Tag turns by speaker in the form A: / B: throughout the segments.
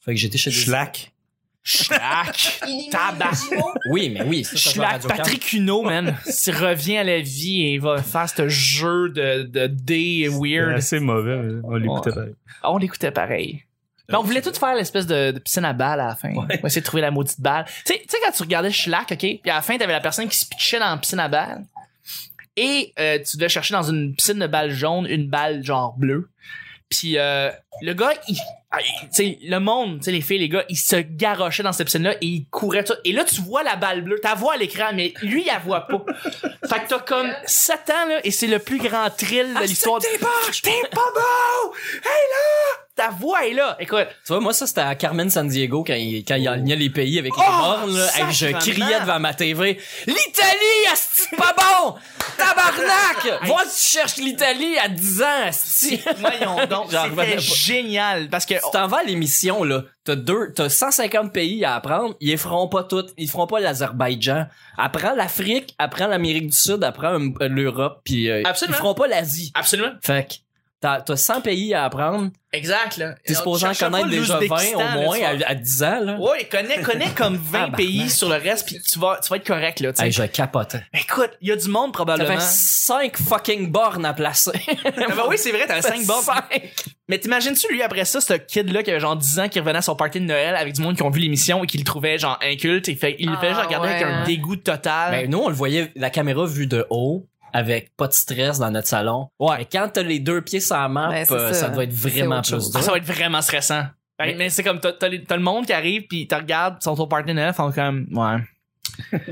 A: Fait que j'étais chez des-
B: Schlack.
C: Schlack.
D: Il imite
C: Tabac.
D: les jumeaux.
A: Oui, mais oui, ça, ça se voit à
C: Schlack.
A: Radio-Can.
C: Patrick Huneau, man. S'il revient à la vie et il va faire ce jeu de, de dés
B: C'est
C: weird.
B: assez mauvais. mais On l'écoutait
C: Ouais.
B: pareil.
C: Ah, On l'écoutait pareil. Mais on voulait tout faire l'espèce de, de piscine à balles à la fin. On essayait de trouver la maudite balle. Tu sais, tu sais, quand tu regardais Schlack, OK? Puis à la fin, t'avais la personne qui se pitchait dans la piscine à balles. Et euh, tu devais chercher dans une piscine de balles jaunes une balle genre bleue. Puis euh, le gars, il, ah, il- tu sais, le monde, tu sais, les filles, les gars, ils se garrochaient dans cette piscine-là et ils couraient. Tout. Et là, tu vois la balle bleue. T'as vois à l'écran, mais lui, il la voit pas. fait que t'as comme 7 ans, là, et c'est le plus grand thrill
A: Ah,
C: de l'histoire. T'es pas, t'es pas beau! Hey là! Ta voix est là. Écoute,
A: Tu vois, moi, ça, c'était à Carmen San Diego quand il, quand il alignait les pays avec les
C: Oh,
A: morts, là. Hey, je
C: sacrement.
A: criais devant ma TV. L'Italie, asti, pas bon! Tabarnak! Moi, tu cherches l'Italie à 10 ans, asti.
C: voyons donc,
A: J'en revenais
C: c'était
A: pas.
C: génial. Parce que,
A: Tu t'en vas à l'émission, là. T'as deux, t'as 150 pays à apprendre. Ils les feront pas toutes. Ils feront pas l'Azerbaïdjan. Apprends l'Afrique, apprends l'Amérique du Sud, apprends euh, l'Europe, puis euh,
C: Absolument.
A: ils feront pas l'Asie.
C: absolument.
A: Fait que t'as, t'as 100 pays à apprendre.
C: Exact, là.
A: T'es supposé en
C: Cherche pas
A: connaître déjà 20
C: l'Ouzbékistan, là,
A: au moins
C: tu vas-
A: à, à 10 ans, là.
C: Ouais, connais, connais comme 20
A: Tabarnak.
C: pays sur le reste, puis tu vas, tu vas être correct, là, tu
A: Hey,
C: sais.
A: je capotais.
C: Écoute, il y a du monde, probablement.
A: T'avais 5 fucking bornes à placer.
C: Ah ben oui, c'est vrai, t'avais 5 bornes. Mais t'imagines-tu, lui, après ça, ce kid-là qui avait genre 10 ans, qui revenait à son party de Noël avec du monde qui ont vu l'émission et qui le trouvait genre inculte, et fait, il le faisait
D: Ah,
C: genre regarder avec
D: ouais,
C: un
D: hein.
C: dégoût total.
A: Ben, nous, on le voyait, la caméra vue de haut, avec pas de stress dans notre salon. Ouais. Mais quand t'as les deux pieds sur la map,
D: Ben, c'est
A: euh, ça.
D: ça.
A: doit être
D: C'est
A: vraiment
D: autre
A: plus
D: chose.
A: dur.
C: Ah, ça va être vraiment stressant. Ben,
A: Mais-
C: Mais, c'est comme, t'as, t'as les- t'as le monde qui arrive, puis te regarde, ils sont au party de Noël, font comme, ouais.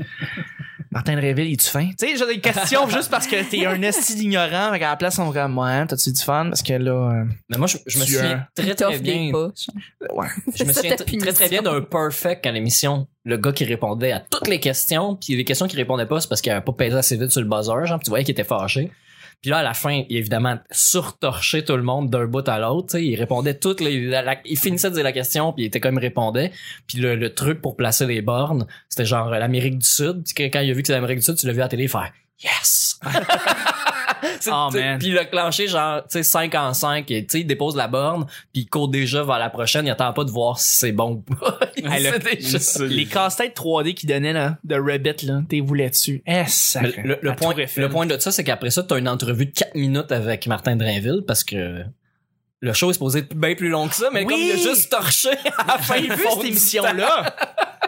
C: Martin de Réville, il tu fin? Tu sais, j'ai des questions juste parce que t'es un esti d'ignorant, fait qu'à la place, on comme, ouais, t'as-tu du fun? Parce que là, euh,
A: Mais moi, je, je me
C: Tu
A: souviens très,
D: Il
A: très
D: t'offre des
A: bien.
D: poches.
C: euh, ouais.
A: Je me
D: C'est ça,
A: souviens
D: ta
A: tr- très, très bien
D: punition.
A: d'un perfect à l'émission. Le gars qui répondait à toutes les questions, puis les questions qu'il répondait pas, c'est parce qu'il avait pas pesé assez vite sur le buzzer, genre, puis tu voyais qu'il était fâché. Puis là, à la fin, il a évidemment surtorché tout le monde d'un bout à l'autre. tu sais. Il répondait toutes les... la- la- il finissait de dire la question, puis il était comme il répondait. Puis le, le truc pour placer les bornes, c'était genre euh, l'Amérique du Sud. Puis que- quand il a vu que c'était l'Amérique du Sud, tu l'as vu à la télé faire « Yes! » C'est-
C: Oh,
A: tu sais,
C: man.
A: Puis il a clenché genre, tu sais, 5 en 5. Et, tu sais, il dépose la borne, puis il court déjà vers la prochaine. Il attend pas de voir si c'est bon ou pas. Il
C: Hey,
A: sait
C: le-
A: déjà.
B: C'est-
C: Les casse-têtes 3D qu'ils donnaient, là, de Rabbit, là, t'es voulu dessus. Eh, ça.
A: Mais le, le point, le point de ça, c'est qu'après ça, t'as une entrevue de 4 minutes avec Martin Drainville parce que le show est supposé être bien plus long que ça, mais
C: Oui!
A: comme il a juste torché à la fin
C: J'ai
A: ils
C: vu
A: font
C: cette
A: du temps.
C: émission-là.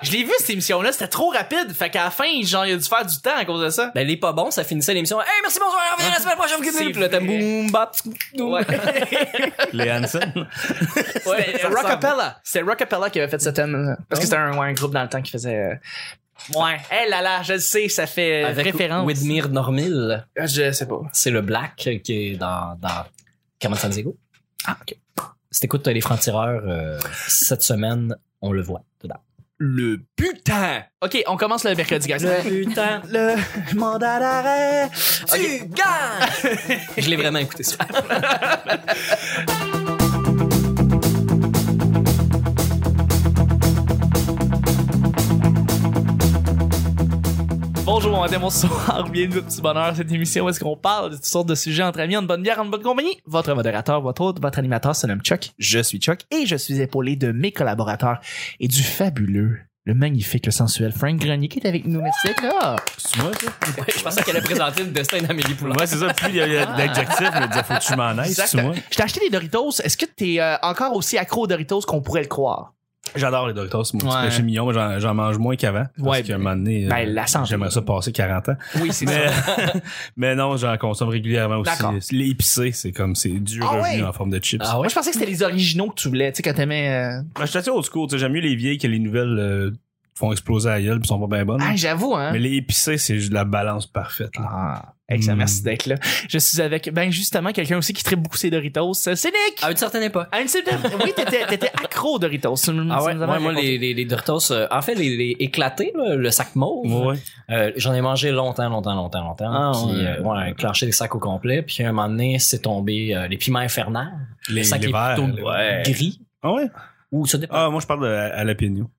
C: Je l'ai vu, cette émission-là. C'était trop rapide. Fait qu'à la fin, genre, il a dû faire du temps à cause de ça.
A: Ben, elle est pas bon, ça finissait l'émission. Hey, merci, bonjour, on revient la semaine prochaine, vous
C: Ah, C'est
A: Puis là, t'as
C: vrai.
A: boum, bap, tsk, doum.
C: Ouais.
B: Les Hansen.
A: Ouais,
C: C'était
A: ça ressemble.
C: Rockapella. C'était Rockapella qui avait fait ce thème. euh, Parce que c'était un, ouais, un groupe dans le temps qui faisait. euh, Ouais. Eh là là, je le sais, ça fait euh,
A: Avec
C: référence.
A: Widmir Normil,
C: Ah, Je sais pas.
A: c'est le Black euh, qui est dans, dans Carmen San Diego.
C: Ah, ok.
A: Si t'écoutes les francs-tireurs euh, cette semaine, on le voit dedans.
C: Le putain! Ok, on commence le mercredi, guys.
A: putain,
C: Le mandat d'arrêt!
A: tu gagnes! Je l'ai vraiment écouté ça.
C: Bonjour, on est bonsoir, bienvenue au petit bonheur, cette émission où est-ce qu'on parle de toutes sortes de sujets entre amis, en bonne bière, en bonne compagnie. Votre modérateur, votre hôte, votre animateur se nomme Chuck, je suis Chuck, et je suis épaulé de mes collaborateurs et du fabuleux, le magnifique, le sensuel Frank Grenier qui est avec nous, merci d'être là.
B: C'est moi, ça?
A: Ouais, je pensais qu'elle allait présenter le destin d'Amélie Poulain.
B: Ouais, c'est ça. Plus il y a d'adjectifs, je me disais, faut que tu m'en ailles. C'est
C: Exactement.
B: moi.
C: Je t'ai acheté des Doritos, est-ce que t'es euh, encore aussi accro aux Doritos qu'on pourrait le croire?
B: J'adore les Doritos. C'est mon
C: Ouais.
B: petit péché mignon. mais J'en, j'en mange moins qu'avant.
C: Ouais.
B: Parce qu'à un moment donné, euh,
C: Ben, la santé.
B: j'aimerais ça passer 40 ans.
C: Oui, c'est
B: Mais, mais non, j'en consomme régulièrement
C: D'accord.
B: aussi. L'épicé, c'est comme, c'est du
C: Ah
B: revenu
C: ouais?
B: en forme de chips.
A: Ah
C: Moi,
A: ouais?
C: je pensais que c'était les originaux que tu voulais, tu sais, quand t'aimais... euh,
B: Ben, je suis assez old school. tu sais, J'aime mieux les vieilles que les nouvelles euh, qui font exploser à la gueule pis sont pas bien bonnes.
C: Ah, j'avoue, hein.
B: mais les épicés, c'est juste la balance parfaite. là.
C: Ah, excellent,
B: Mm.
C: merci d'être là. Je suis avec, ben justement, quelqu'un aussi qui tripe beaucoup ses Doritos. C'est Nick!
A: À une certaine époque.
C: À une certaine- Ah, Oui, t'étais t'étais accro aux Doritos. Tu nous-
A: Ah ouais,
C: tu nous avais
A: moi, moi,
C: raconté.
A: les, les, les Doritos, euh, en fait, les, les éclatés, là, le sac mauve,
B: Ouais.
A: euh, j'en ai mangé longtemps, longtemps, longtemps, longtemps.
C: Ah,
A: puis,
C: ouais.
A: euh, ouais, clenché des sacs au complet. Puis, à un moment donné, c'est tombé euh, les piments infernales.
B: Les,
A: le sac
B: les
A: est
B: verts.
A: plutôt
B: les verts.
A: gris.
B: Ah ouais?
A: Ou ça dépend.
B: Ah, moi, je parle de jalapeno.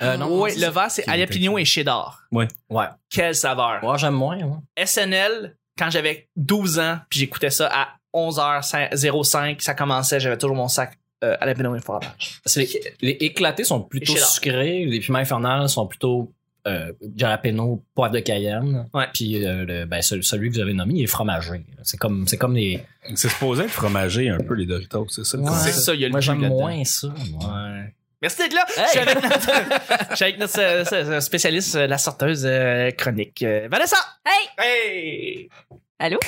A: Euh, non,
C: Ouais,
A: c'est
C: le
A: ça.
C: vert, c'est
B: C'est
C: jalapeno
B: détecté.
C: et cheddar.
A: Ouais.
C: Quelle saveur.
A: Ouais, j'aime moins. ouais.
C: SNL, quand j'avais 12 ans, puis j'écoutais ça à 11h05, ça commençait, j'avais toujours mon sac euh, à la pénombre fromage.
A: Parce que les, les éclatés sont plutôt
C: Cheddar.
A: sucrés, les piments infernales sont plutôt euh, jalapeno, poivre de cayenne.
C: Ouais.
A: Puis euh, le- ben, celui, celui que vous avez nommé, il est fromagé. C'est comme, c'est comme les.
B: C'est supposé être fromager un peu, les Doritos, c'est ça? le
A: Ouais.
C: C'est
B: concept?
C: ça, il y a le
A: Moi,
C: jus
A: j'aime
C: là-dedans.
A: moins ça. Ouais.
C: Merci d'être là.
A: Hey!
C: Je suis avec notre, je suis avec notre, euh, euh, spécialiste, euh, la sorteuse euh, chronique. Euh, Vanessa!
D: Hey!
C: Hey!
D: Allô?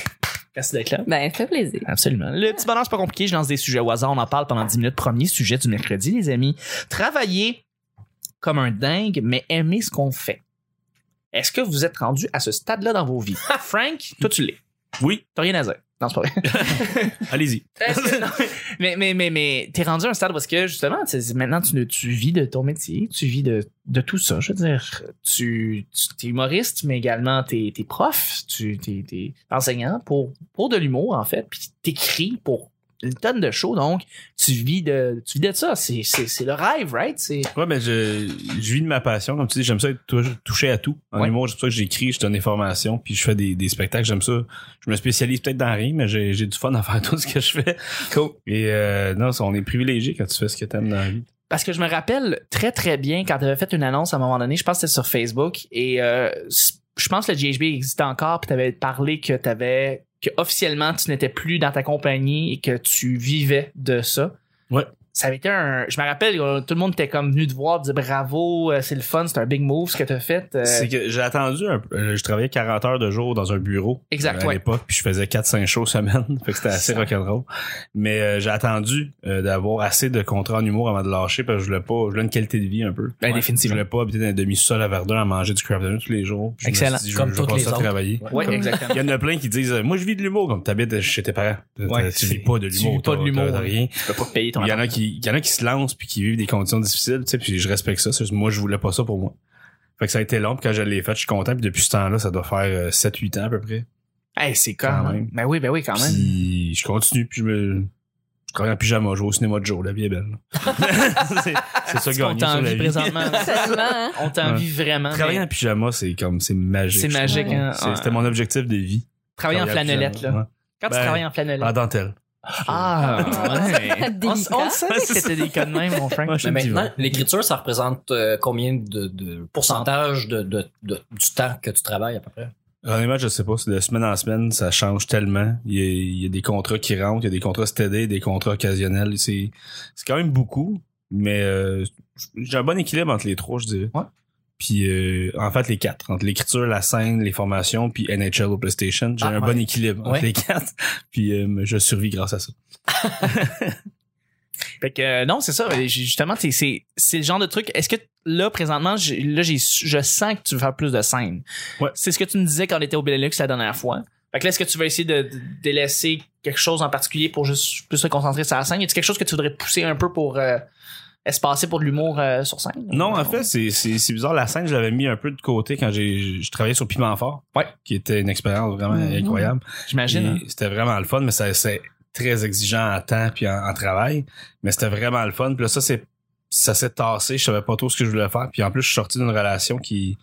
C: Merci d'être là.
D: Ben, ça fait plaisir.
C: Absolument. Le petit bonheur, c'est pas compliqué. Je lance des sujets au hasard. On en parle pendant 10 minutes. Premier sujet du mercredi, les amis. Travailler comme un dingue, mais aimer ce qu'on fait. Est-ce que vous êtes rendu à ce stade-là dans vos vies? Frank, toi, tu l'es.
B: Oui,
C: T'as rien à dire. Non, c'est pas vrai.
B: allez-y.
C: Est-ce que- non, mais mais, mais, mais t'es rendu à un stade parce que justement, tu sais, maintenant tu, tu vis de ton métier, tu vis de, de tout ça. Je veux dire, tu, tu es humoriste, mais également t'es es prof, tu t'es t'es enseignant pour, pour de l'humour en fait, puis t'écris pour une tonne de shows, donc tu vis de, tu vis de ça. C'est c'est- c'est le rêve, right? C'est
B: Ouais, mais je, je vis de ma passion. Comme tu dis, j'aime ça être tou- touché à tout. En
C: Ouais.
B: humour, c'est pour ça que j'écris, je donne des formations, puis je fais des, des spectacles. J'aime ça. Je me spécialise peut-être dans rien, mais j'ai j'ai du fun à faire tout ce que je fais. Cool. Et euh, non, ça, on est privilégié quand tu fais ce que t'aimes dans la vie.
C: Parce que je me rappelle très très bien quand tu avais fait une annonce à un moment donné, je pense que c'était sur Facebook, et euh, s- je pense que le GHB existait encore, puis tu avais parlé que tu avais que officiellement tu n'étais plus dans ta compagnie et que tu vivais de ça.
B: Ouais.
C: Ça avait été un. Je me rappelle, euh, tout le monde était comme venu te voir, dire bravo, euh, c'est le fun, c'est un big move ce que tu as fait. euh,
B: C'est que j'ai attendu un peu. Euh, Je travaillais 40 heures de jour dans un bureau.
C: Exact,
B: euh, À
C: ouais.
B: l'époque, puis je faisais 4-5 shows semaine. fait que c'était assez rock'n'roll. Mais euh, j'ai attendu euh, d'avoir assez de contrats en humour avant de lâcher parce que je voulais pas. Je voulais une qualité de vie un peu.
C: Ben,
B: Je
C: définitivement.
B: voulais pas habiter dans un demi-sol à Verdun à manger du craft dinner tous les jours. Puis je me suis
C: Excellent.
B: dit, je
A: Comme
B: veux- je veux
A: toutes
B: pas
A: les
B: ça
A: autres.
B: travailler.
C: Ouais,
A: Comme-
C: exactement.
B: Il y en a plein qui disent euh, Moi, je vis de l'humour. Comme t'habites chez tes parents. T'as-
C: Ouais,
B: t'as- tu
C: c'est-
B: vis pas de
C: tu
B: l'humour.
C: vis pas de
B: t'as-
C: l'humour.
B: t'as rien.
C: Tu peux pas payer ton
B: Il y, en
C: appart.
B: a qui, il y en a qui se lancent puis qui vivent des conditions difficiles, tu sais, puis je respecte ça. C'est juste, moi, je voulais pas ça pour moi. Fait que ça a été long, puis quand je l'ai fait, je suis content, puis depuis ce temps-là, ça doit faire 7-8 ans à peu près.
C: Hey, c'est quand,
B: Quand
C: même.
B: même.
C: Ben oui, ben oui, quand même.
B: Puis je continue, puis je me. Je travaille en pyjama, je vais au cinéma de jour, la vie est belle. c'est c'est ça
C: Parce qu'on
B: gagner sur la
C: t'envie
B: vie.
C: présentement.
D: Seulement, hein?
C: On t'envie vraiment.
B: Travailler
C: Ah, mais
B: en pyjama, c'est comme, c'est magique.
C: C'est
B: je
C: magique.
B: trouve.
C: hein.
B: C'est- C'était mon objectif de vie.
C: Travailler en flanellette, là.
B: pyjama.
C: Quand tu
B: Ben,
C: travailles en flanellette.
B: Ouais. En dentelle.
C: Ah, ouais. on,
D: Délicat.
C: on le savait que c'était des cas de même, mon Frank.
B: Ouais, je suis
A: Mais
B: un petit
A: maintenant,
B: vent.
A: l'écriture, ça représente euh, combien de, de pourcentage de, de- de- du temps que tu travailles à peu près?
B: Honnêtement, je sais pas. c'est De semaine en semaine, ça change tellement. Il y a, il y a des contrats qui rentrent, il y a des contrats stédés, des contrats occasionnels. C'est c'est quand même beaucoup, mais euh, j'ai un bon équilibre entre les trois, je dirais.
C: Ouais.
B: Puis euh, en fait, les quatre. Entre l'écriture, la scène, les formations, puis NHL au PlayStation, j'ai
A: Ah,
B: un
A: ouais.
B: bon équilibre entre
A: Ouais.
B: les quatre. Puis euh, je survis grâce à ça.
C: Fait que, euh, non, c'est ça. J'ai- Justement, t'es- c'est c'est le genre de truc. Est-ce que là, présentement, j'ai- là, j'ai su- je sens que tu veux faire plus de scènes.
B: Ouais.
C: C'est ce que tu me disais quand on était au Benelux la dernière fois. Fait que là, est-ce que tu vas essayer de, de délaisser quelque chose en particulier pour juste plus se concentrer sur la scène? Y a-t-il quelque chose que tu voudrais pousser un peu pour euh, espacer pour de l'humour euh, sur scène?
B: Non, en fait, c'est- c'est c'est bizarre. La scène, je l'avais mis un peu de côté quand j'ai je travaillais sur Piment Fort,
C: Ouais.
B: qui était une expérience vraiment
C: Mhm.
B: incroyable.
C: J'imagine. hein.
B: Et C'était vraiment le fun, mais ça c'est très exigeant en temps puis en, en travail. Mais c'était vraiment le fun. Puis là, ça c'est ça s'est tassé. Je savais pas trop ce que je voulais faire. Puis en plus, je suis sorti d'une relation qui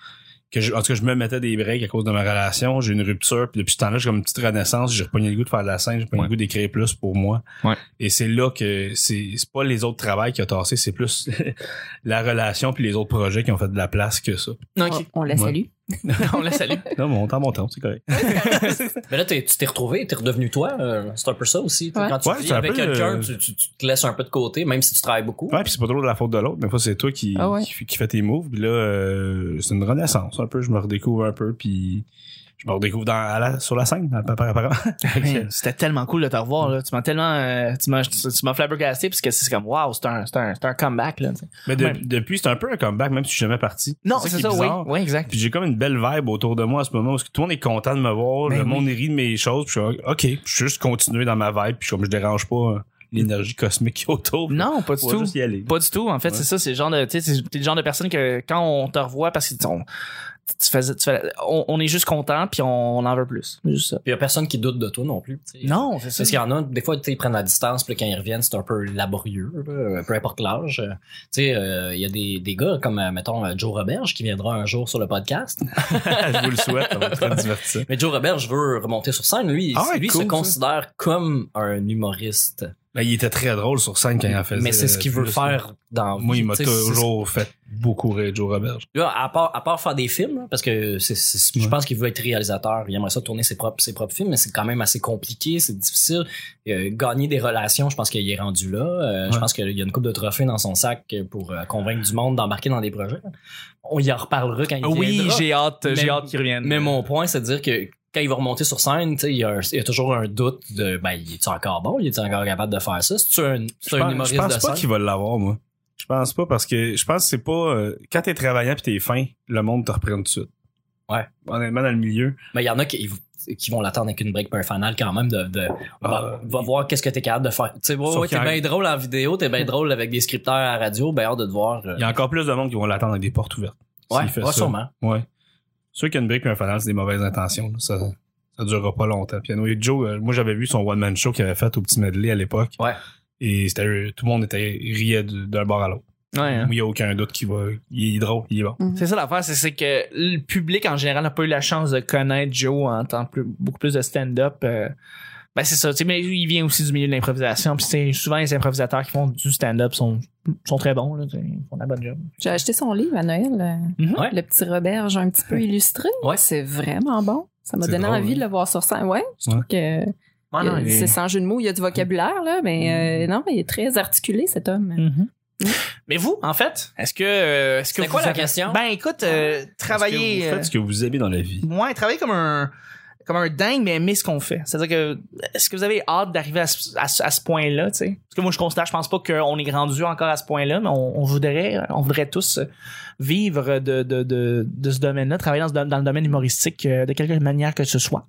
B: que je, en tout cas, je me mettais des breaks à cause de ma relation. J'ai eu une rupture. Puis depuis ce temps-là, j'ai comme une petite renaissance. J'ai repogné le goût de faire de la scène. J'ai repogné
C: Ouais.
B: le goût d'écrire plus pour moi.
C: Ouais.
B: Et c'est là que c'est c'est pas les autres travails qui ont tassé. C'est plus la relation puis les autres projets qui ont fait de la place que ça.
C: Ok.
D: on, on la
B: Ouais.
D: salue.
C: on la salue.
B: Non, mon temps, mon temps, c'est correct.
A: Mais là, t'es- tu t'es retrouvé, t'es redevenu toi. euh, c'est un peu ça aussi.
D: Ouais.
A: Quand tu
B: Ouais,
A: vis
B: c'est un
A: avec
B: peu le-
A: quelqu'un, tu, tu- tu te laisses un peu de côté, même si tu travailles beaucoup.
B: Ouais, puis c'est pas trop de la faute de l'autre. Des fois, c'est toi qui,
D: Ah ouais.
B: qui, qui fais tes moves. Puis là, euh, c'est une renaissance un peu. Je me redécouvre un peu, puis je me redécouvre dans, à la- sur la scène, à- par- apparemment.
C: Man, C'était tellement cool de te revoir. Là. Tu m'as tellement. euh, tu m'as tu- tu m'as flabbergasté parce que c'est comme waouh, c'est un, c'est un, c'est un comeback. Là, tu sais.
B: Mais de-
C: Ouais.
B: depuis, c'est un peu un comeback, même si je suis jamais parti.
C: non, c'est
B: qui est
C: ça, oui.
B: bizarre.
C: Oui, exact.
B: Puis j'ai comme une belle vibe autour de moi en ce moment parce que tout le monde est content de me voir,
C: Ben
B: le
C: oui.
B: monde rit de mes choses. Puis je suis OK, puis je suis juste continuer dans ma vibe, puis comme je dérange pas euh, l'énergie cosmique qui est autour.
C: Non, pas du
B: faut
C: tout.
B: juste y aller.
C: Pas du tout. En fait,
B: Ouais.
C: c'est ça. C'est le genre de. Tu sais, c'est- t'es le genre de personne que quand on te revoit parce que tu- on, tu faisais- tu fais- on, on est juste content puis on, on en veut plus. C'est Juste ça.
A: Puis y a personne qui doute de toi non plus. tu sais.
C: Non, c'est ça.
A: Parce qu'il y en a, des fois, tu sais, ils prennent la distance, puis là, quand ils reviennent, c'est un peu laborieux, là, peu importe l'âge. Euh, Tu sais, euh, il y a des, des gars comme, euh, mettons, euh, Joe Roberge, qui viendra un jour sur le podcast.
B: je vous le souhaite, ça va être très divertissant.
A: Mais Joe Roberge veut remonter sur scène. Lui,
B: Ah ouais,
A: lui il
B: cool,
A: se
B: ça.
A: considère comme un humoriste.
B: Ben, il était très drôle sur scène quand il en faisait. euh,
A: mais c'est ce qu'il veut
B: plus,
A: faire dans.
B: Moi, il m'a
A: tu sais, c'est-
B: toujours fait beaucoup rire, Joe Robert.
A: Là, à part, à part faire des films, là, parce que c'est, c'est- je
B: Ouais.
A: pense qu'il veut être réalisateur, il aimerait ça tourner ses propres, ses propres films, mais c'est quand même assez compliqué, c'est difficile. Euh, gagner des relations, je pense qu'il est rendu là. Euh, Je
B: Ouais.
A: pense qu'il y a une coupe de trophées dans son sac pour euh, convaincre du monde d'embarquer dans des projets. On y en reparlera quand il
C: Ah Oui,
A: viendra.
C: j'ai hâte, j'ai
A: Mais-
C: hâte qu'ils reviennent.
A: Mais mon point, c'est de dire que quand il va remonter sur scène, tu sais, il y, a un- il y a toujours un doute de ben, il est encore bon, il est encore capable de faire ça. C'est un, c'est un
B: pense-
A: humoriste
B: pense
A: de
B: pas
A: scène.
B: qu'il va l'avoir, moi. Je pense pas parce que je pense que c'est pas. euh, quand t'es travaillant pis t'es fin, le monde te reprend tout de suite.
A: Ouais.
B: Honnêtement, dans le milieu.
A: Mais il y en a qui, qui vont l'attendre avec une break finale quand même de, de va,
B: Ah.
A: Bah, va voir qu'est-ce que t'es capable de faire. Tu sais, ouais,
B: Sauf
A: ouais, t'es
B: qu'il y a
A: bien drôle en vidéo, t'es bien drôle avec des scripteurs à radio, ben hâte de te voir. euh,
B: Il y a encore plus de monde qui vont l'attendre avec des portes ouvertes.
A: ouais,
B: s'il fait
A: ouais,
B: ça.
A: sûrement.
B: Ouais. Ceux qui ont une brique et un fanal, c'est des mauvaises intentions. là. Ça, ça durera pas longtemps. Puis anyway, Joe, euh, moi j'avais vu son one-man show qu'il avait fait au petit medley à l'époque.
A: Ouais.
B: Et c'était, euh, tout le monde était riait de- d'un bord à l'autre.
C: Ouais, hein.
B: Moi, Il n'y a aucun doute qu'il va. Il est drôle, il est bon.
C: C'est ça l'affaire, c'est- c'est que le public en général n'a pas eu la chance de connaître Joe en tant plus, beaucoup plus de stand-up. euh, ben c'est ça, tu sais, mais lui, il vient aussi du milieu de l'improvisation. Puis c'est souvent les improvisateurs qui font du stand-up sont, sont très bons, là, tu sais, ils font la bonne job.
D: J'ai acheté son livre à Noël, euh,
C: Mhm.
A: Ouais.
D: le petit Robert, j'ai un petit peu illustré.
A: Ouais.
D: C'est vraiment bon. Ça m'a
B: C'est
D: donné
B: drôle,
D: envie de
B: hein.
D: le voir sur scène. Ouais, je trouve que
A: Ouais,
D: il y
A: Ah non, Mm.
C: Euh,
D: a-
B: il est-
D: c'est sans jeu de mots, il y a du vocabulaire là, mais euh, non, il est très articulé cet homme.
C: Mhm.
D: Mhm.
C: Mais vous, en fait, est-ce que. euh, est-ce que
A: C'était
C: vous
A: quoi la
C: avez-
A: question?
C: Ben écoute, euh, travailler.
B: Est-ce que vous faites ce que vous aimez dans la vie.
C: Ouais, travailler comme un comme un dingue, mais aimer ce qu'on fait. C'est-à-dire que est-ce que vous avez hâte d'arriver à ce, à ce- à ce point-là, tu sais? Parce que moi, je considère, je pense pas qu'on est rendu encore à ce point-là, mais on, on voudrait, on voudrait tous vivre de, de, de, de ce domaine-là, travailler dans, ce dom- dans le domaine humoristique euh, de quelque manière que ce soit.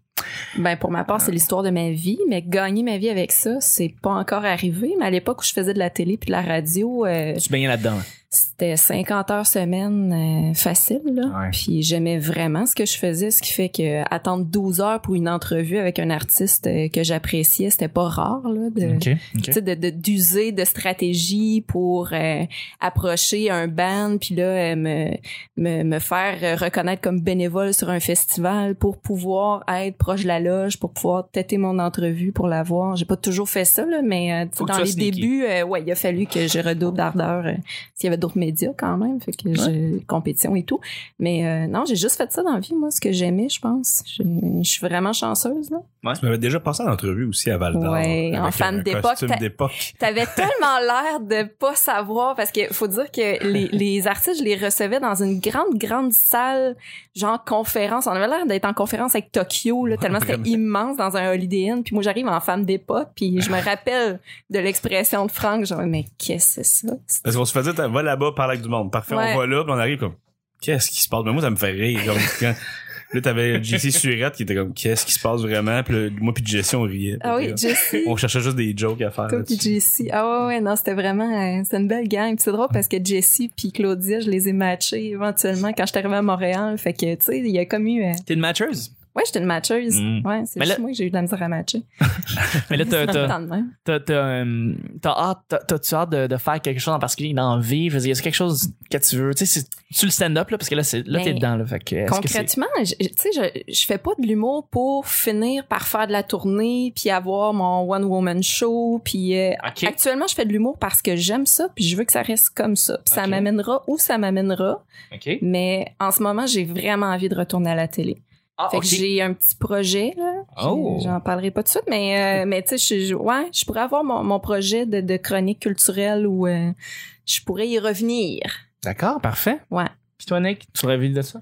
D: Ben pour ma part, c'est l'histoire de ma vie, mais gagner ma vie avec ça, c'est pas encore arrivé. Mais à l'époque où je faisais de la télé puis de la radio, euh,
C: Tu baignes là-dedans.
D: c'était 50 heures semaine euh, facile. Là.
A: Ouais.
D: Puis j'aimais vraiment ce que je faisais, ce qui fait que attendre 12 heures pour une entrevue avec un artiste euh, que j'appréciais, c'était pas rare là,
C: Euh,
D: de, tu sais, de- de- d'user de, stratégie pour euh, approcher un band, puis là, euh, me, me, me faire euh, reconnaître comme bénévole sur un festival pour pouvoir être proche de la loge, pour pouvoir têter mon entrevue, pour l'avoir. J'ai pas toujours fait ça, là, mais euh, tu sais,
C: Faut que
D: dans
C: tu sois
D: les
C: sneaky.
D: débuts, euh, ouais, il a fallu que je redouble d'ardeur. euh, S'il y avait d'autres médias quand même, fait que je- compétition et tout. Mais euh, non, j'ai juste fait ça dans la vie, moi, ce que j'aimais, je pense. Je, je suis vraiment chanceuse, là.
B: Tu m'avais déjà passé en entrevue aussi à Val d'Or.
D: Ouais, en
B: avec
D: fan
B: un
D: d'époque,
B: costume
D: t'as-
B: d'époque.
D: T'avais tellement l'air de pas savoir parce que faut dire que les, les artistes, je les recevais dans une grande, grande salle, genre conférence. On avait l'air d'être en conférence avec Tokyo, là, tellement c'était
B: Vraiment.
D: immense dans un Holiday Inn. Puis moi, j'arrive en femme d'époque, puis je me rappelle de l'expression de Franck, genre, mais qu'est-ce que c'est ça?
B: Parce qu'on se faisait, t'as- va là-bas, parle avec du monde. Parfait,
D: Ouais.
B: on va là, puis on arrive comme, qu'est-ce qui se passe? Mais moi, ça me fait rire. Comme, quand- là, t'avais JC Surette qui était comme, qu'est-ce qui se passe vraiment? Puis là, moi, puis Jessie, on riait.
D: Ah oui,
B: Puis, euh,
D: Jessie.
B: on cherchait juste des jokes à faire.
D: Toi
B: là-dessus.
D: puis Jessie. Ah ouais, ouais, non, c'était vraiment, euh, c'était une belle gang. Puis c'est drôle parce que Jessie puis Claudia, je les ai matchés éventuellement quand je suis arrivée à Montréal. Fait que, tu sais, il y a comme eu, euh,
C: T'es une matcheuse?
D: ouais, j'étais une matcheuse.
B: Mm.
D: Ouais, c'est
C: Mais
D: juste
C: là-
D: moi que j'ai eu de la misère à matcher.
C: Mais là, t'as-
D: C'est tout le
C: t'as-
D: temps de même.
C: t'as- t'as, euh, t'as hâte, t'as- t'as-tu hâte de, de faire quelque chose en particulier, d'en vivre? Il y a quelque chose que tu veux? Tu sais, c'est- tu le stand-up, là, parce que là, c'est- là, t'es
D: Ben,
C: dedans, là. Fait que, est-ce que c'est-
D: Concrètement, je- je- tu sais, je, je fais pas de l'humour pour finir par faire de la tournée, puis avoir mon one woman show, puis euh,
C: Ok.
D: actuellement je fais de l'humour parce que j'aime ça, puis je veux que ça reste comme ça. Puis ça
C: Ok.
D: m'amènera où ça m'amènera,
C: Ok.
D: mais en ce moment j'ai vraiment envie de retourner à la télé.
C: Ah,
D: Fait
C: ok.
D: que j'ai un petit projet là,
C: Oh.
D: J'en parlerai pas tout de suite, mais, euh, mais tu sais, je, je- ouais, je pourrais avoir mon, mon projet de, de chronique culturelle où euh, je pourrais y revenir.
C: D'accord, parfait.
D: Ouais.
C: Puis toi, Nick, tu aurais vu de ça?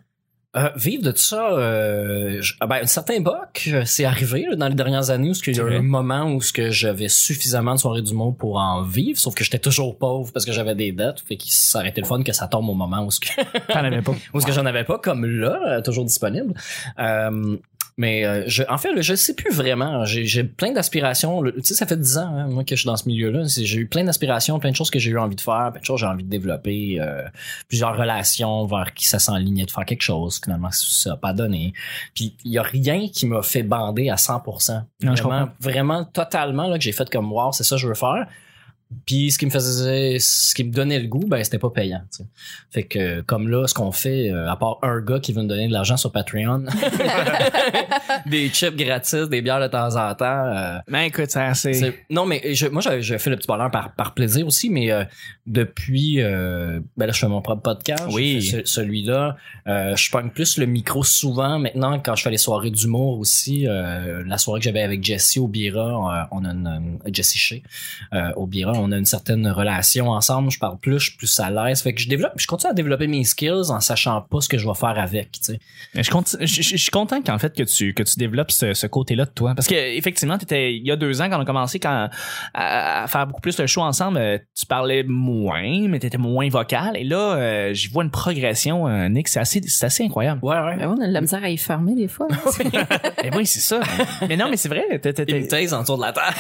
A: Euh, vivre de tout ça, euh, je- ah ben, à une certaine époque, euh, c'est arrivé là, dans les dernières années où ce qu'il y a
C: C'est
A: eu
C: vrai.
A: un moment où ce que j'avais suffisamment de soirées du monde pour en vivre, sauf que j'étais toujours pauvre parce que j'avais des dettes, fait qu'il s'arrêtait le fun que ça tombe au moment où ce que
C: T'en avais pas.
A: ou ce que j'en avais pas comme là euh, toujours disponible Euh, mais euh, je, en fait, là, je sais plus vraiment. J'ai j'ai plein d'aspirations. Le- Tu sais, ça fait 10 ans hein, moi que je suis dans ce milieu-là. C'est- J'ai eu plein d'aspirations, plein de choses que j'ai eu envie de faire, plein de choses que j'ai envie de développer, euh, plusieurs relations vers qui ça s'enlignait de faire quelque chose. Finalement, ça n'a pas donné. Puis il y a rien qui m'a fait bander à 100%.
C: Non, je
A: vraiment, vraiment totalement là que j'ai fait comme wow, c'est ça que je veux faire. Puis ce qui me faisait, ce qui me donnait le goût, ben c'était pas payant. tu sais. Fait que euh, comme là, ce qu'on fait, euh, à part un gars qui veut nous donner de l'argent sur Patreon, des chips gratis, des bières de temps en temps. euh,
C: Mais Ben, écoute, ça, c'est.
A: c'est- Non, mais je- moi, je, je fais le petit bonheur par, par plaisir aussi, mais euh, depuis, euh, ben là, je fais mon propre podcast.
C: Oui.
A: Je fais ce- Celui-là, euh, je pogne plus le micro souvent. Maintenant, quand je fais les soirées d'humour aussi, euh, la soirée que j'avais avec Jessie au Bira, on a une, euh, Jessie Shea, euh, au Bira, on a une certaine relation ensemble. Je parle plus, je suis plus à l'aise. Fait que je développe, je continue à développer mes skills en sachant pas ce que je vais faire avec, tu sais.
C: Mais Je, conti- je- je- je suis content qu'en fait que tu que tu développes ce, ce côté-là de toi parce que effectivement t'étais il y a deux ans quand on a commencé quand, à, à faire beaucoup plus le show ensemble euh, tu parlais moins mais t'étais moins vocal et là euh, j'y vois une progression euh, Nick c'est assez c'est assez incroyable
A: Ouais, ouais.
D: Mais Ben on a de la misère à y fermer des fois. là.
C: mais oui c'est ça mais non mais c'est vrai t'es- t'es-
A: Une
C: t'es-
A: thèse autour de la terre.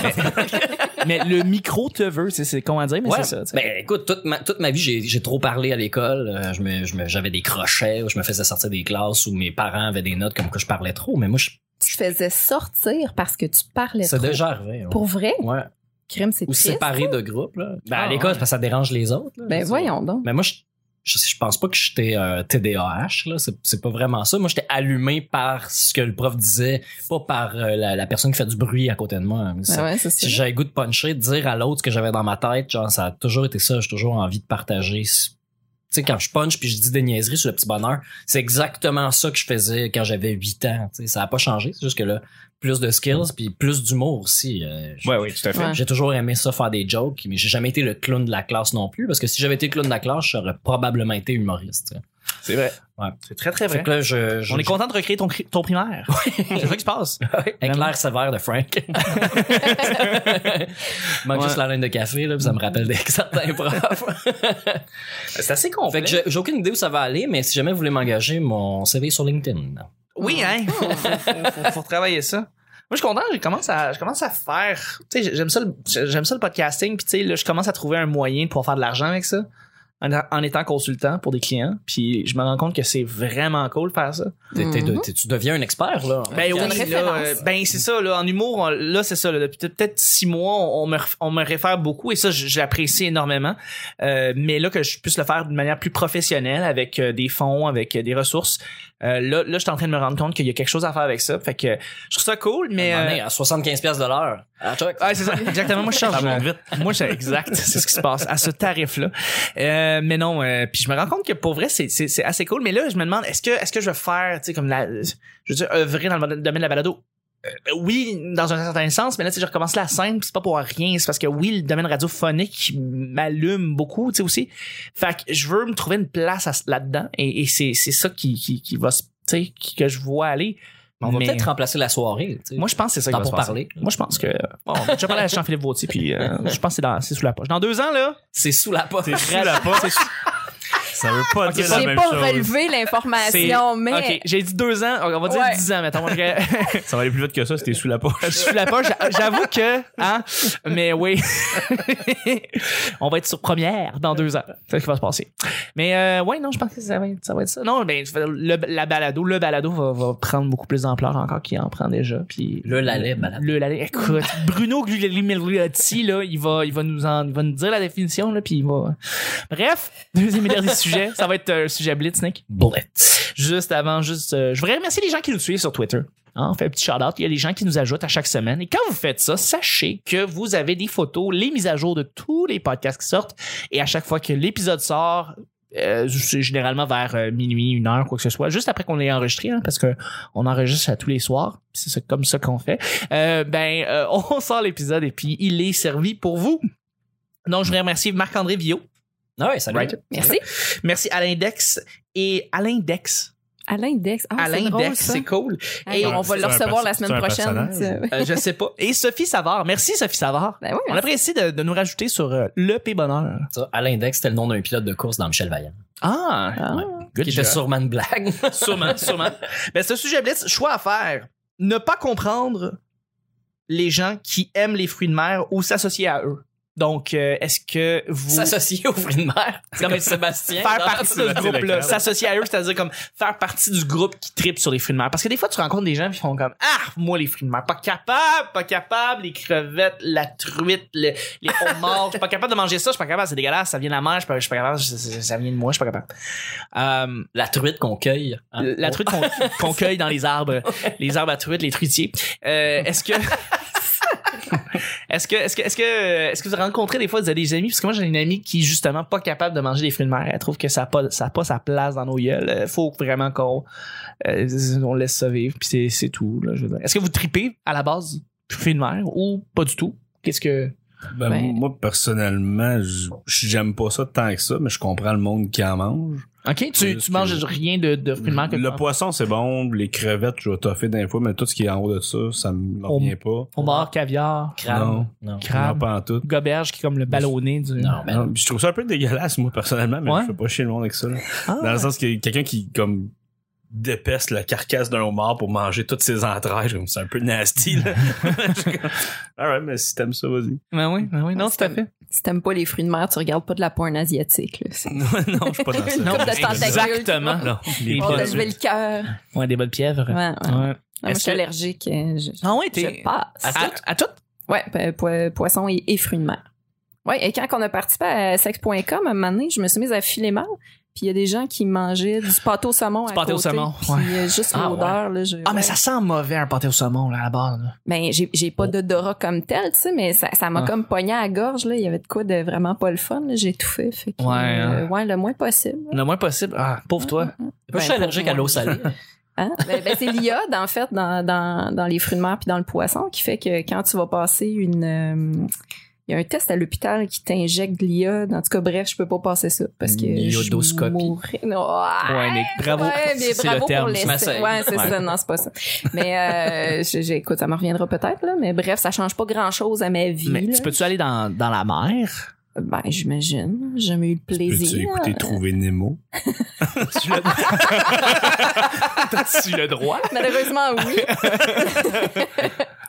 C: mais le micro te veut c'est c'est comment dire mais
A: Ouais,
C: c'est ça tu sais.
A: Ben écoute, toute ma, toute ma vie, j'ai j'ai trop parlé à l'école. Euh, je me- je me- J'avais des crochets, ou je me faisais sortir des classes où mes parents avaient des notes comme que je parlais trop. Mais moi, je-
D: tu te faisais sortir parce que tu parlais
A: c'est
D: trop.
A: déjà arrivé. ouais.
D: Pour vrai,
A: Ouais.
D: crime, c'est
A: Ou
D: triste.
A: séparé de groupe. Là. Ben,
C: Ah,
A: à l'école,
C: ouais.
A: c'est parce que ça dérange les autres. là.
D: Ben
A: C'est-
D: voyons donc.
A: Mais moi, je, je, je pense pas que j'étais euh, TDAH. là. C'est c'est pas vraiment ça. Moi, j'étais allumé par ce que le prof disait, pas par euh, la, la personne qui fait du bruit à côté de moi. Ça-
D: Ben ouais, c'est ça.
A: si j'avais le goût de puncher, de dire à l'autre ce que j'avais dans ma tête, genre, ça a toujours été ça. J'ai toujours envie de partager. Tu sais, quand je punch puis je dis des niaiseries sur le petit bonheur, c'est exactement ça que je faisais quand j'avais 8 ans. Tu sais, ça a pas changé. C'est juste que là, plus de skills puis plus d'humour aussi. Euh, je-
C: ouais oui tout à fait
D: Ouais.
A: J'ai toujours aimé ça, faire des jokes, mais j'ai jamais été le clown de la classe non plus, parce que si j'avais été le clown de la classe, j'aurais probablement été humoriste. tu sais.
C: c'est vrai
A: Ouais.
C: c'est très très
A: Fait
C: vrai
A: que là, je, je-
C: on est content de recréer ton, cri- ton primaire c'est ça qui se passe
A: avec l'air sévère de Frank. Il manque
C: Ouais.
A: juste la laine de café, là, puis ça me rappelle des certains profs.
C: c'est assez
A: Fait
C: complet
A: que j'ai- j'ai aucune idée où ça va aller, mais si jamais vous voulez m'engager, mon CV est sur LinkedIn.
C: Oui, hein. Faut, faut- faut- faut travailler ça. Moi, je suis content. Je commence à, je commence à faire. Tu sais, j'aime ça, le, j'aime ça le podcasting. Puis, tu sais, là, je commence à trouver un moyen de pouvoir faire de l'argent avec ça. En, en étant consultant pour des clients. Puis, je me rends compte que c'est vraiment cool de faire ça.
A: T'es- t'es de-
D: Mhm.
A: t'es- tu deviens un expert, là.
C: Ben
D: Une
C: oui, là,
D: référence.
C: euh, ben c'est ça, là, en humour, on- là, c'est ça, là, depuis peut- peut-être six mois, on on me, ref- on me réfère beaucoup et ça, j- j'apprécie énormément. Euh, mais là, que je puisse le faire d'une manière plus professionnelle avec euh, des fonds, avec euh, des ressources, euh, là, là, je suis en train de me rendre compte qu'il y a quelque chose à faire avec ça. Fait que euh, je trouve ça cool, mais.
A: À un moment donné,
C: euh,
A: à 75 pièces de l'heure. Ah, check.
C: ouais, c'est ça, exactement. Moi, je charge.
B: Ça monte vite.
C: Moi, c'est exact. C'est ce qui se passe à ce tarif-là. Euh, mais non, euh, puis je me rends compte que pour vrai, c'est, c'est, c'est assez cool. Mais là, je me demande, est-ce que, est-ce que je vais faire, tu sais, comme la, je veux dire, œuvrer dans le domaine de la balado? Euh, oui, dans un certain sens, mais là, tu sais, je recommence la scène, puis c'est pas pour rien. C'est parce que oui, le domaine radiophonique m'allume beaucoup, tu sais, aussi. Fait que je veux me trouver une place à ce- là-dedans, et, et c'est, c'est ça qui, qui, qui va se, tu sais, qui- que je vois aller.
A: on va
C: mais-
A: peut-être remplacer la soirée. tu sais.
C: Moi, je pense que c'est ça qui
A: T'as
C: va se
A: pour
C: passer.
A: parler.
C: Moi, je pense que. Bon, je parlais à Jean-Philippe Vautier, puis euh, je pense que c'est dans- c'est sous la poche. Dans deux ans, là.
A: c'est sous la porte.
B: T'es sous la porte. Ça veut pas dire la
D: J'ai
B: même
D: pas
B: chose.
D: relevé l'information, mais
C: Ok, j'ai dit deux ans, on va dire
D: Ouais.
C: dix ans, mettons. parce que-
B: Ça va aller plus vite que ça si t'es sous la poche.
C: Je suis la poche, j'a- j'avoue que, hein, mais oui. on va être sur première dans deux ans. C'est ce qui va se passer. Mais euh, ouais, non, je pense que ça va être ça. Va être ça. Non, ben, le, la balado, le balado va, va prendre beaucoup plus d'ampleur encore qu'il en prend déjà. Puis,
A: Le lalet balado.
C: Le lalet. Écoute, Bruno Guglielminetti, là, il va, il va nous en, il va nous dire la définition, là, puis il va. Bref, deuxième et dernier sujet. Ça va être euh, un sujet blitz, Nick
A: Bullet.
C: juste avant, juste, euh, je voudrais remercier les gens qui nous suivent sur Twitter. Hein, on fait un petit shout-out. Il y a des gens qui nous ajoutent à chaque semaine. Et quand vous faites ça, sachez que vous avez des photos, les mises à jour de tous les podcasts qui sortent. Et à chaque fois que l'épisode sort, euh, c'est généralement vers euh, minuit, une heure, quoi que ce soit, juste après qu'on ait enregistré, hein, parce que on enregistre à tous les soirs, puis c'est ça- comme ça qu'on fait. Euh, ben, euh, on sort l'épisode et puis il est servi pour vous. Donc, je voudrais remercier Marc-André Villot.
A: Ah ouais, salut.
C: Right.
D: merci.
C: Merci Alain Dex. Et Alain Dex.
D: Alain Dex, ah, c'est
C: Alain
D: drôle
C: Dex,
D: ça.
C: c'est cool.
D: Hey,
C: C'est
D: on va
B: un
D: le recevoir
B: perso-
D: la semaine
B: c'est un
D: prochaine.
B: personnage.
C: Euh, je sais pas. Et Sophie Savard. Merci, Sophie Savard.
D: Ben oui,
C: On apprécie de, de nous rajouter sur euh, le P Bonheur.
A: Ça, à l'index, c'était le nom d'un pilote de course dans Michel Vaillant.
C: Ah!
D: Ah.
A: Qui était Surman Black.
C: Sûrement, sûrement. Ben, c'est un sujet blitz. Choix à faire. Ne pas comprendre les gens qui aiment les fruits de mer ou s'associer à eux. Donc, euh, est-ce que vous...
A: S'associer au fruit de mer.
C: Non, mais
A: comme Sébastien.
C: faire
A: genre.
C: partie de ce
B: c'est
C: groupe-là,
B: légal.
C: s'associer à eux, c'est-à-dire comme faire partie du groupe qui tripe sur les fruits de mer. Parce que des fois, tu rencontres des gens qui font comme Ah, moi, les fruits de mer, pas capable, pas capable, les crevettes, la truite, le- les homards, je suis pas capable de manger ça, je suis pas capable, c'est dégueulasse, ça vient de la mer, je suis pas, je suis pas capable, c'est- c'est- ça vient de moi, je suis pas capable. Euh,
A: La truite qu'on cueille. hein.
C: la truite qu'on qu'on cueille dans les arbres, les arbres à truites, les truitiers. Euh, est-ce que Est-ce que, est-ce que, est-ce que, est-ce que vous rencontrez des fois vous avez des amis? Parce que moi, j'ai une amie qui est justement pas capable de manger des fruits de mer. Elle trouve que ça n'a pas, ça a pas sa place dans nos gueules. Euh, Faut vraiment qu'on, euh, on laisse ça vivre. Puis c'est, c'est tout, là, je veux dire. Est-ce que vous tripez à la base fruits de mer ou pas du tout? Qu'est-ce que.
B: Ben,
D: Ouais.
B: Moi, personnellement, je- j'aime pas ça tant que ça, mais je comprends le monde qui en mange.
C: Ok, tu, tu manges rien de, de fruits de mer que
B: Euh, Le
C: tu-
B: poisson, c'est bon. Les crevettes, je vais toffer d'un fois, mais tout ce qui est en haut de ça, ça me
C: On-
B: revient pas.
C: Homard, caviar,
A: Crabe. Ben
B: Non.
A: Non.
C: crabe,
B: Non, pas en tout.
C: goberge qui est comme le ballonné du.
A: Non, mais
B: Non, puis je trouve ça un peu dégueulasse, moi, personnellement, mais
C: Ouais.
B: je fais pas chier le monde avec ça. là.
C: Ah,
B: Dans le sens que quelqu'un qui, comme, dépeste la carcasse d'un homard pour manger toutes ses entrailles, comme, c'est un peu nasty, là. Je suis comme, Alright, mais si t'aimes ça, vas-y.
C: Ben oui, ben oui, non,
D: C'est
C: tout à
D: comme-
C: fait.
D: Si t'aimes pas les fruits de mer, tu regardes pas de la porn asiatique. là. C'est-
B: non, non, je suis pas dans ça.
D: Une coupe de tentacules,
C: exactement.
D: tu
B: Non, les
C: Les
D: vois. On t'a
B: produits.
C: produits.
D: Oh, levé le cœur.
C: Ouais, des bonnes pièvres.
D: Ouais, ouais. Non,
C: Ouais.
D: moi, je
C: Est-ce
D: suis
C: que-
D: allergique. euh, Je,
C: Ah ouais,
D: je
C: t'es.
D: passe.
C: À, à tout?
D: Ouais, po- po- poisson et, et fruits de mer. Ouais, et quand on a participé à sex.com, à un moment donné, je me suis mise à filer mal. Puis il y a des gens qui mangeaient du pâté au saumon.
C: Du
D: à
C: pâté au
D: côté,
C: saumon,
D: Puis
C: ouais.
D: euh, juste
A: Ah,
D: l'odeur, là. je-
C: Ah, mais
D: ouais.
C: ça sent mauvais un pâté au saumon, là, à la base. là.
D: Ben, j'ai, j'ai pas d'odorat comme tel, tu sais, mais ça, ça m'a
C: Ah.
D: comme pogné à la gorge, là. Il y avait de quoi de vraiment pas le fun, là. J'ai étouffé. Fait que,
C: Ouais,
D: euh,
C: hein.
D: ouais, le moins possible.
C: Le moins possible. Ah, pauvre toi.
A: Moi, je suis
D: Ben,
A: allergique à l'eau salée.
D: Hein? Ben, ben, c'est l'iode, en fait, dans, dans, dans les fruits de mer puis dans le poisson, qui fait que quand tu vas passer une. euh, Il y a un test à l'hôpital qui t'injecte de l'iode. En tout cas, bref, je peux pas passer ça parce que.
A: Une
D: je
A: iodoscopie.
D: mourrais. Non, ah,
C: Ouais, mais bravo.
D: ouais, mais
C: C'est
D: bravo
C: le terme.
D: pour
A: je
D: l'essai.
A: m'asseye.
D: Ouais, c'est
A: Ouais.
D: ça. Non, c'est pas ça. Mais euh, je- je- écoute, ça me reviendra peut-être, là. Mais bref, ça change pas grand-chose à ma vie.
C: Mais
D: là.
C: tu peux-tu aller dans, dans la mer?
D: Ben, j'imagine. J'ai jamais eu le
B: Peux-tu
D: plaisir.
B: écouter Trouver Nemo?
C: tu le droit? tu le droit?
D: Malheureusement, oui.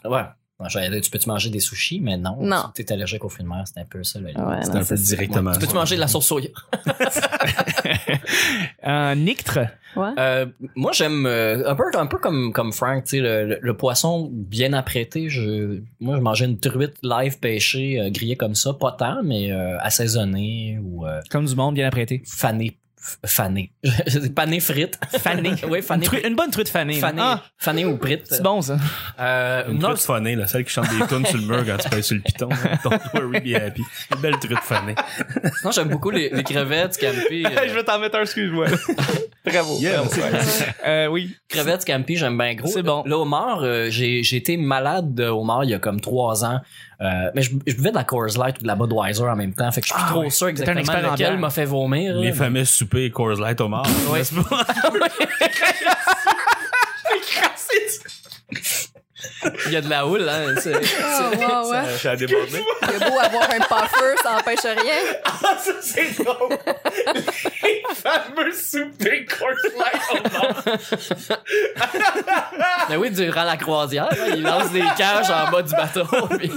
A: Ouais. Ouais, j'allais dire, tu peux-tu manger des sushis, mais non.
D: Non.
A: Si t'es allergique aux fruits de mer, c'est un peu ça. le-
D: Ouais,
B: C'est
D: non,
B: un
D: ça.
B: peu directement
A: Tu
B: ça.
A: peux-tu manger de la sauce soya?
C: Un ictre?
D: Ouais.
A: Euh, moi, j'aime euh, un peu, un peu comme, comme Frank, tu sais, le, le- le poisson bien apprêté. Je, moi, je mangeais une truite live pêchée, euh, grillée comme ça, pas tant, mais euh, assaisonnée ou euh,
C: Comme du monde, bien apprêté.
A: fanée. f- Fanée. panée frite.
C: Fané.
A: oui,
C: Une,
A: fanée.
C: tru- une bonne truite fanée. là.
A: Fanée,
C: Ah,
A: fanée ou frite.
C: c'est bon, ça.
A: Euh,
B: Une
A: non,
B: truite fanée, là, celle qui chante des tunes sur le mur quand tu payes sur le piton. là. Don't worry, be happy. Une belle truite fanée.
A: sinon, j'aime beaucoup les, les crevettes, scampi. euh,
C: vais t'en mettre un, excuse-moi. bravo.
B: Yeah,
C: bravo. Euh, oui.
A: crevettes, scampi, j'aime bien gros.
C: C'est bon.
A: Là, homard, euh, j'ai j'ai été malade de homard il y a comme trois ans. Euh, mais je, je buvais de la Coors Light ou de la Budweiser en même temps. Fait que je suis
C: Ah
A: plus trop
C: ouais.
A: sûr
C: T'es un expert
A: exactement
C: en
A: lequel
C: bière.
A: m'a fait vomir. là,
B: Les
A: mais-
B: fameux soupers Coors Light au mort.
A: Ouais.
B: n'est-ce pas?
A: Il y a de la houle, hein. c'est-
D: Oh, wow, ouais.
B: Ça a débordé.
D: Il a beau avoir un puffer, ça empêche rien.
C: ça, c'est drôle. Les fameux soupers
A: Mais oui, durant la croisière, là, il lance des cages en bas du bateau. puis-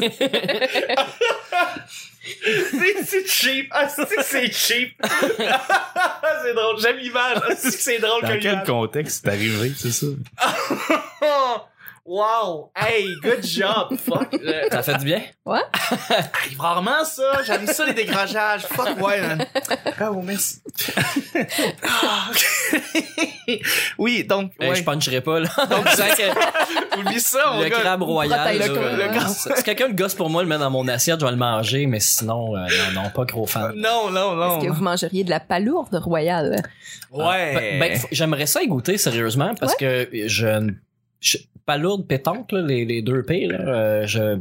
C: C'est- C'est cheap. Ah, c'est que c'est cheap. c'est drôle. J'aime l'image. Ah, c'est que c'est drôle
B: Dans
C: comme
B: quel
C: image.
B: contexte c'est arrivé, c'est ça?
C: Oh, wow. Hey, good job. Fuck. Euh,
A: Ça fait du bien.
C: Arrive rarement ça. J'aime ça les décrochages. Fuck ouais, man. Bravo, merci. Ah. oui, donc,
A: Hey, Euh,
C: ouais.
A: Ben, Je puncherai pas, là. Donc, disant que
C: oublie ça, mon
A: le
C: gars.
A: crabe royal.
D: Protège
A: là,
D: le
A: euh,
D: crabe.
A: non, c'est- si quelqu'un le gosse pour moi, le met dans mon assiette, je vais le manger, mais sinon, euh, non, non, pas gros fan.
C: Non, non,
D: Est-ce que
C: non.
D: vous mangeriez de la palourde royale?
A: Ben, ben, faut- j'aimerais ça y goûter, sérieusement, parce que je. je pas lourde pétanque, là, les, les deux pires, là, euh, je.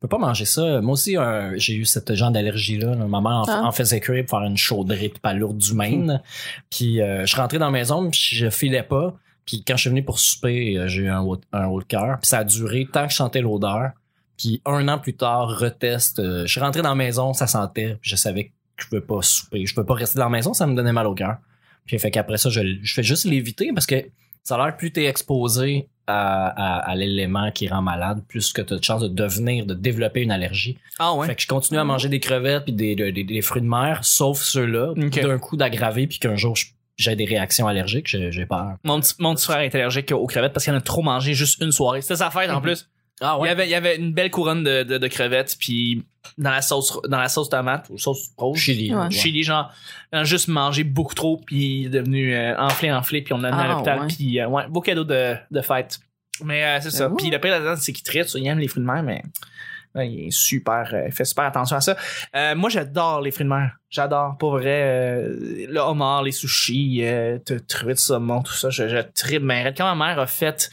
A: peux pas manger ça. Moi aussi, un- j'ai eu cette genre d'allergie-là. là. Maman en,
D: Ah.
A: en faisait cuire pour faire une chaudrée de palourde du Maine. Puis euh, je rentrais dans la maison, puis je filais pas. Puis quand je suis venu pour souper, euh, j'ai eu un haut, un haut le cœur. Puis ça a duré tant que je sentais l'odeur. Puis un an plus tard, retest. euh, je suis rentré dans la maison, ça sentait. Puis je savais que je pouvais pas souper. Je pouvais pas rester dans la maison, ça me donnait mal au cœur. Puis fait qu'après ça, je, je fais juste l'éviter parce que ça a l'air plus t'es exposé à, à- à l'élément qui rend malade, plus que tu as de chances de devenir, de développer une allergie.
C: Ah
A: Fait que je continue à manger des crevettes puis des, des- des- des fruits de mer, sauf ceux-là,
C: Ok.
A: d'un coup d'aggraver puis qu'un jour je- j'ai des réactions allergiques, j'ai j'ai peur.
C: Mon petit, mon petit frère est allergique aux crevettes parce qu'il en a trop mangé juste une soirée. C'était sa fête en
A: Mhm.
C: plus.
A: Ah
C: Il, y avait, il y avait une belle couronne de, de- de crevettes, puis dans la sauce dans la sauce tomate ou sauce
A: Au
C: rouge.
A: Chili.
D: Ouais.
A: ouais.
C: Du Chili, genre, il en a euh, juste mangé beaucoup trop, puis il est devenu euh, enflé, enflé, puis on l'a amené à
D: Ah,
C: l'hôpital,
D: ouais.
C: puis euh, ouais, beau cadeau de, de fête. Mais euh, c'est ça.
D: Ah.
C: Puis le pire là-dedans, c'est qu'il traite, il aime les fruits de mer, mais là, il est super, euh, il fait super attention à ça. Euh, moi, j'adore les fruits de mer. J'adore, pour vrai, euh, le homard, les sushis, euh, t- truite, saumon, tout ça. Je, je tripe, mais raide. quand ma mère a fait,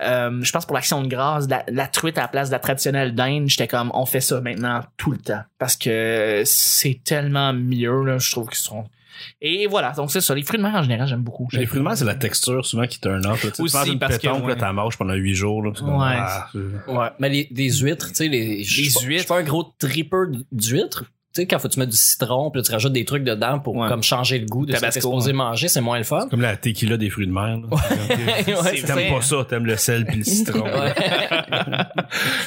C: euh, je pense pour l'action de grâce, la, la truite à la place de la traditionnelle dinde, j'étais comme, on fait ça maintenant tout le temps. Parce que c'est tellement mieux, là, je trouve qu'ils sont. Et voilà, donc c'est ça. Les fruits de mer en général, j'aime beaucoup.
B: Les fruits de mer, c'est la texture souvent qui turn off. là. Tu sais, tu
C: Aussi,
B: manges une
C: parce que,
B: pétanque,
C: ouais.
B: là, t'en manges pendant 8 jours. Là, puis c'est comme,
C: Ouais.
B: ah, c'est-
A: Ouais. Mais les, les huîtres, tu sais, les, je suis pas-
C: Les
A: Je suis
C: huîtres.
A: pas un gros tripper d'huîtres. Tu sais, quand faut que tu mets du citron, puis là, tu rajoutes des trucs dedans pour
C: Ouais.
A: comme changer le goût de
C: Tabasco,
A: ce que t'es supposé
C: ouais.
A: manger, c'est moins le fun.
B: comme la tequila des fruits de mer. là.
A: Ouais,
B: C'est-
A: c'est
B: T'aimes
C: ça.
B: pas ça, t'aimes le sel puis le citron.
A: Ouais.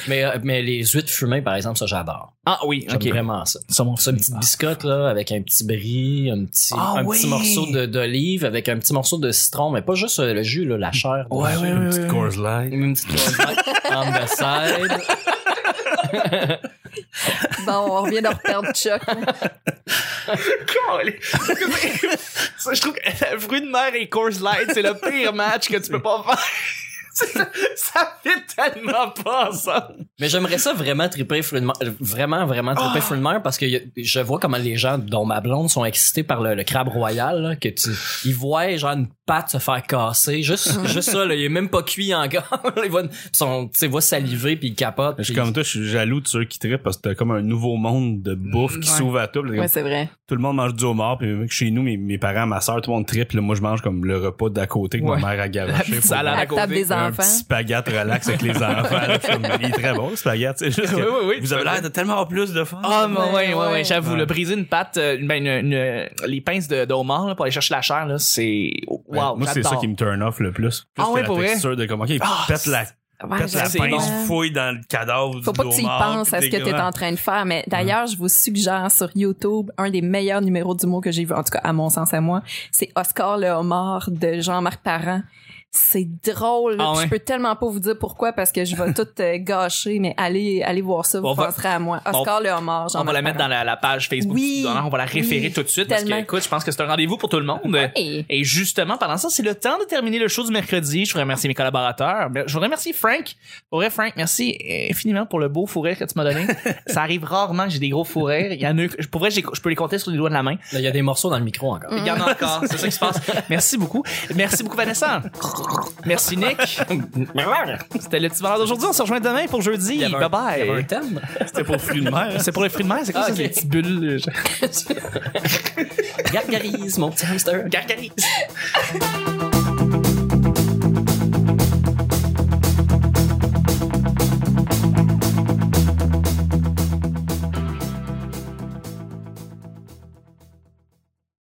A: mais, euh, mais les huîtres fumées, par exemple, ça, j'adore.
C: Ah oui,
A: J'aime
C: ok.
A: vraiment ça.
C: Saumon
A: Ça, une petite biscotte, là, avec un petit brie, un petit,
C: Ah
A: un
C: oui!
A: petit morceau de- d'olive, avec un petit morceau de citron, mais pas juste euh, le jus, là, la chair.
C: Ouais, ouais,
B: Une
C: ouais,
B: petite
C: ouais.
B: Coors Light.
A: Une petite on the side.
D: Bon, on revient de reperdre Chuck.
C: Calais. Ça, je trouve que fruit de mer et Coors Light, c'est le pire match que tu peux pas faire. C'est- ça fait tellement pas ça.
A: Mais j'aimerais ça vraiment triper fruit de mer, euh, vraiment vraiment triper fruit de mer parce que y a- je vois comment les gens dont ma blonde sont excités par le, le crabe royal là, que tu ils voient genre une patte se faire casser juste juste ça là, il est même pas cuit encore, ils voient son tu sais voient saliver puis il capote.
B: Je suis
A: puis-
B: comme toi, je suis jaloux de ceux qui trippent parce que t'as comme un nouveau monde de bouffe qui
D: Ouais.
B: s'ouvre à toi. puis t'es comme,
D: Ouais, c'est vrai.
B: Tout le monde mange du homard, puis même que chez nous, mes, mes parents, ma soeur, tout le monde trippe. là, Moi, je mange comme le repas d'à côté que
C: Ouais.
B: ma mère a
C: La
B: garoché.
C: petite
B: pour-
C: salade.
D: À
C: À
D: la table
C: côté,
D: des
B: un
D: enfants.
B: petit spaghette relax avec les enfants. là, puis comme, il est très bon, le spaghette. c'est juste que
C: Oui, oui, oui,
B: vous
C: tout
B: avez
C: à
B: l'air de tellement plus de fun.
C: Ah, mais ouais, ouais, ouais,
D: Ouais.
C: j'avoue.
B: Ouais.
C: Le briser une patte, euh, ben, une- une- euh, les pinces de, de homard là, pour aller chercher la chair, là, c'est.
B: Ouais,
C: Wow,
B: moi, c'est
C: j'adore.
B: ça qui me turn off le plus. plus
C: Ah
B: que
C: ouais,
B: la
C: pour vrai?
B: texture de comme, OK,
C: Ah,
B: pète la,
D: Ouais,
B: pète la
C: c'est
B: pince,
C: bon.
B: fouille dans le cadavre
D: Faut pas
B: du
D: que tu y
B: homard,
D: penses à ce
B: puis
D: que
B: des
D: tu es
B: grands-
D: en train de faire, mais d'ailleurs, je vous suggère sur YouTube un des meilleurs numéros d'humour que j'ai vu, en tout cas à mon sens à moi, c'est Oscar le homard de Jean-Marc Parent. C'est drôle, là,
C: Ah
D: puis
C: ouais?
D: je peux tellement pas vous dire pourquoi parce que je vais tout euh, gâcher, mais allez, allez voir ça, vous
C: On va-
D: penserez à moi.
C: on-
D: Oscar le homard,
C: On
D: Jean-Marc
C: va la mettre dans la, la page Facebook.
D: Oui,
C: du Donneur, on va la référer
D: oui,
C: tout de suite parce que,
D: tellement.
C: écoute, je pense que c'est un rendez-vous pour tout le monde.
D: Hey.
C: Et justement, pendant ça, c'est le temps de terminer le show du mercredi. Je voudrais remercier mes collaborateurs. Mais Je voudrais remercier Frank. Pour vrai, Frank, merci infiniment pour le beau fourré que tu m'as donné. ça arrive rarement que j'ai des gros fourrés. Il y en a, eu- pour vrai, j'ai- je peux les compter sur les doigts de la main.
A: Là, il y a des morceaux dans le micro encore.
C: Il y en a encore. C'est ça qui se passe. Merci beaucoup. Merci beaucoup, Vanessa. Merci, Nick. C'était le petit bonheur d'aujourd'hui. On se rejoint demain pour jeudi.
A: Il y avait un-
C: Bye bye.
A: Il y avait un thème.
B: C'était pour fruits de mer.
C: C'est pour les fruits de mer. C'est quoi
A: Ah,
C: ça,
A: ok.
C: ces petites bulles? euh,
A: Gargarise mon petit hamster.
C: Gargarise.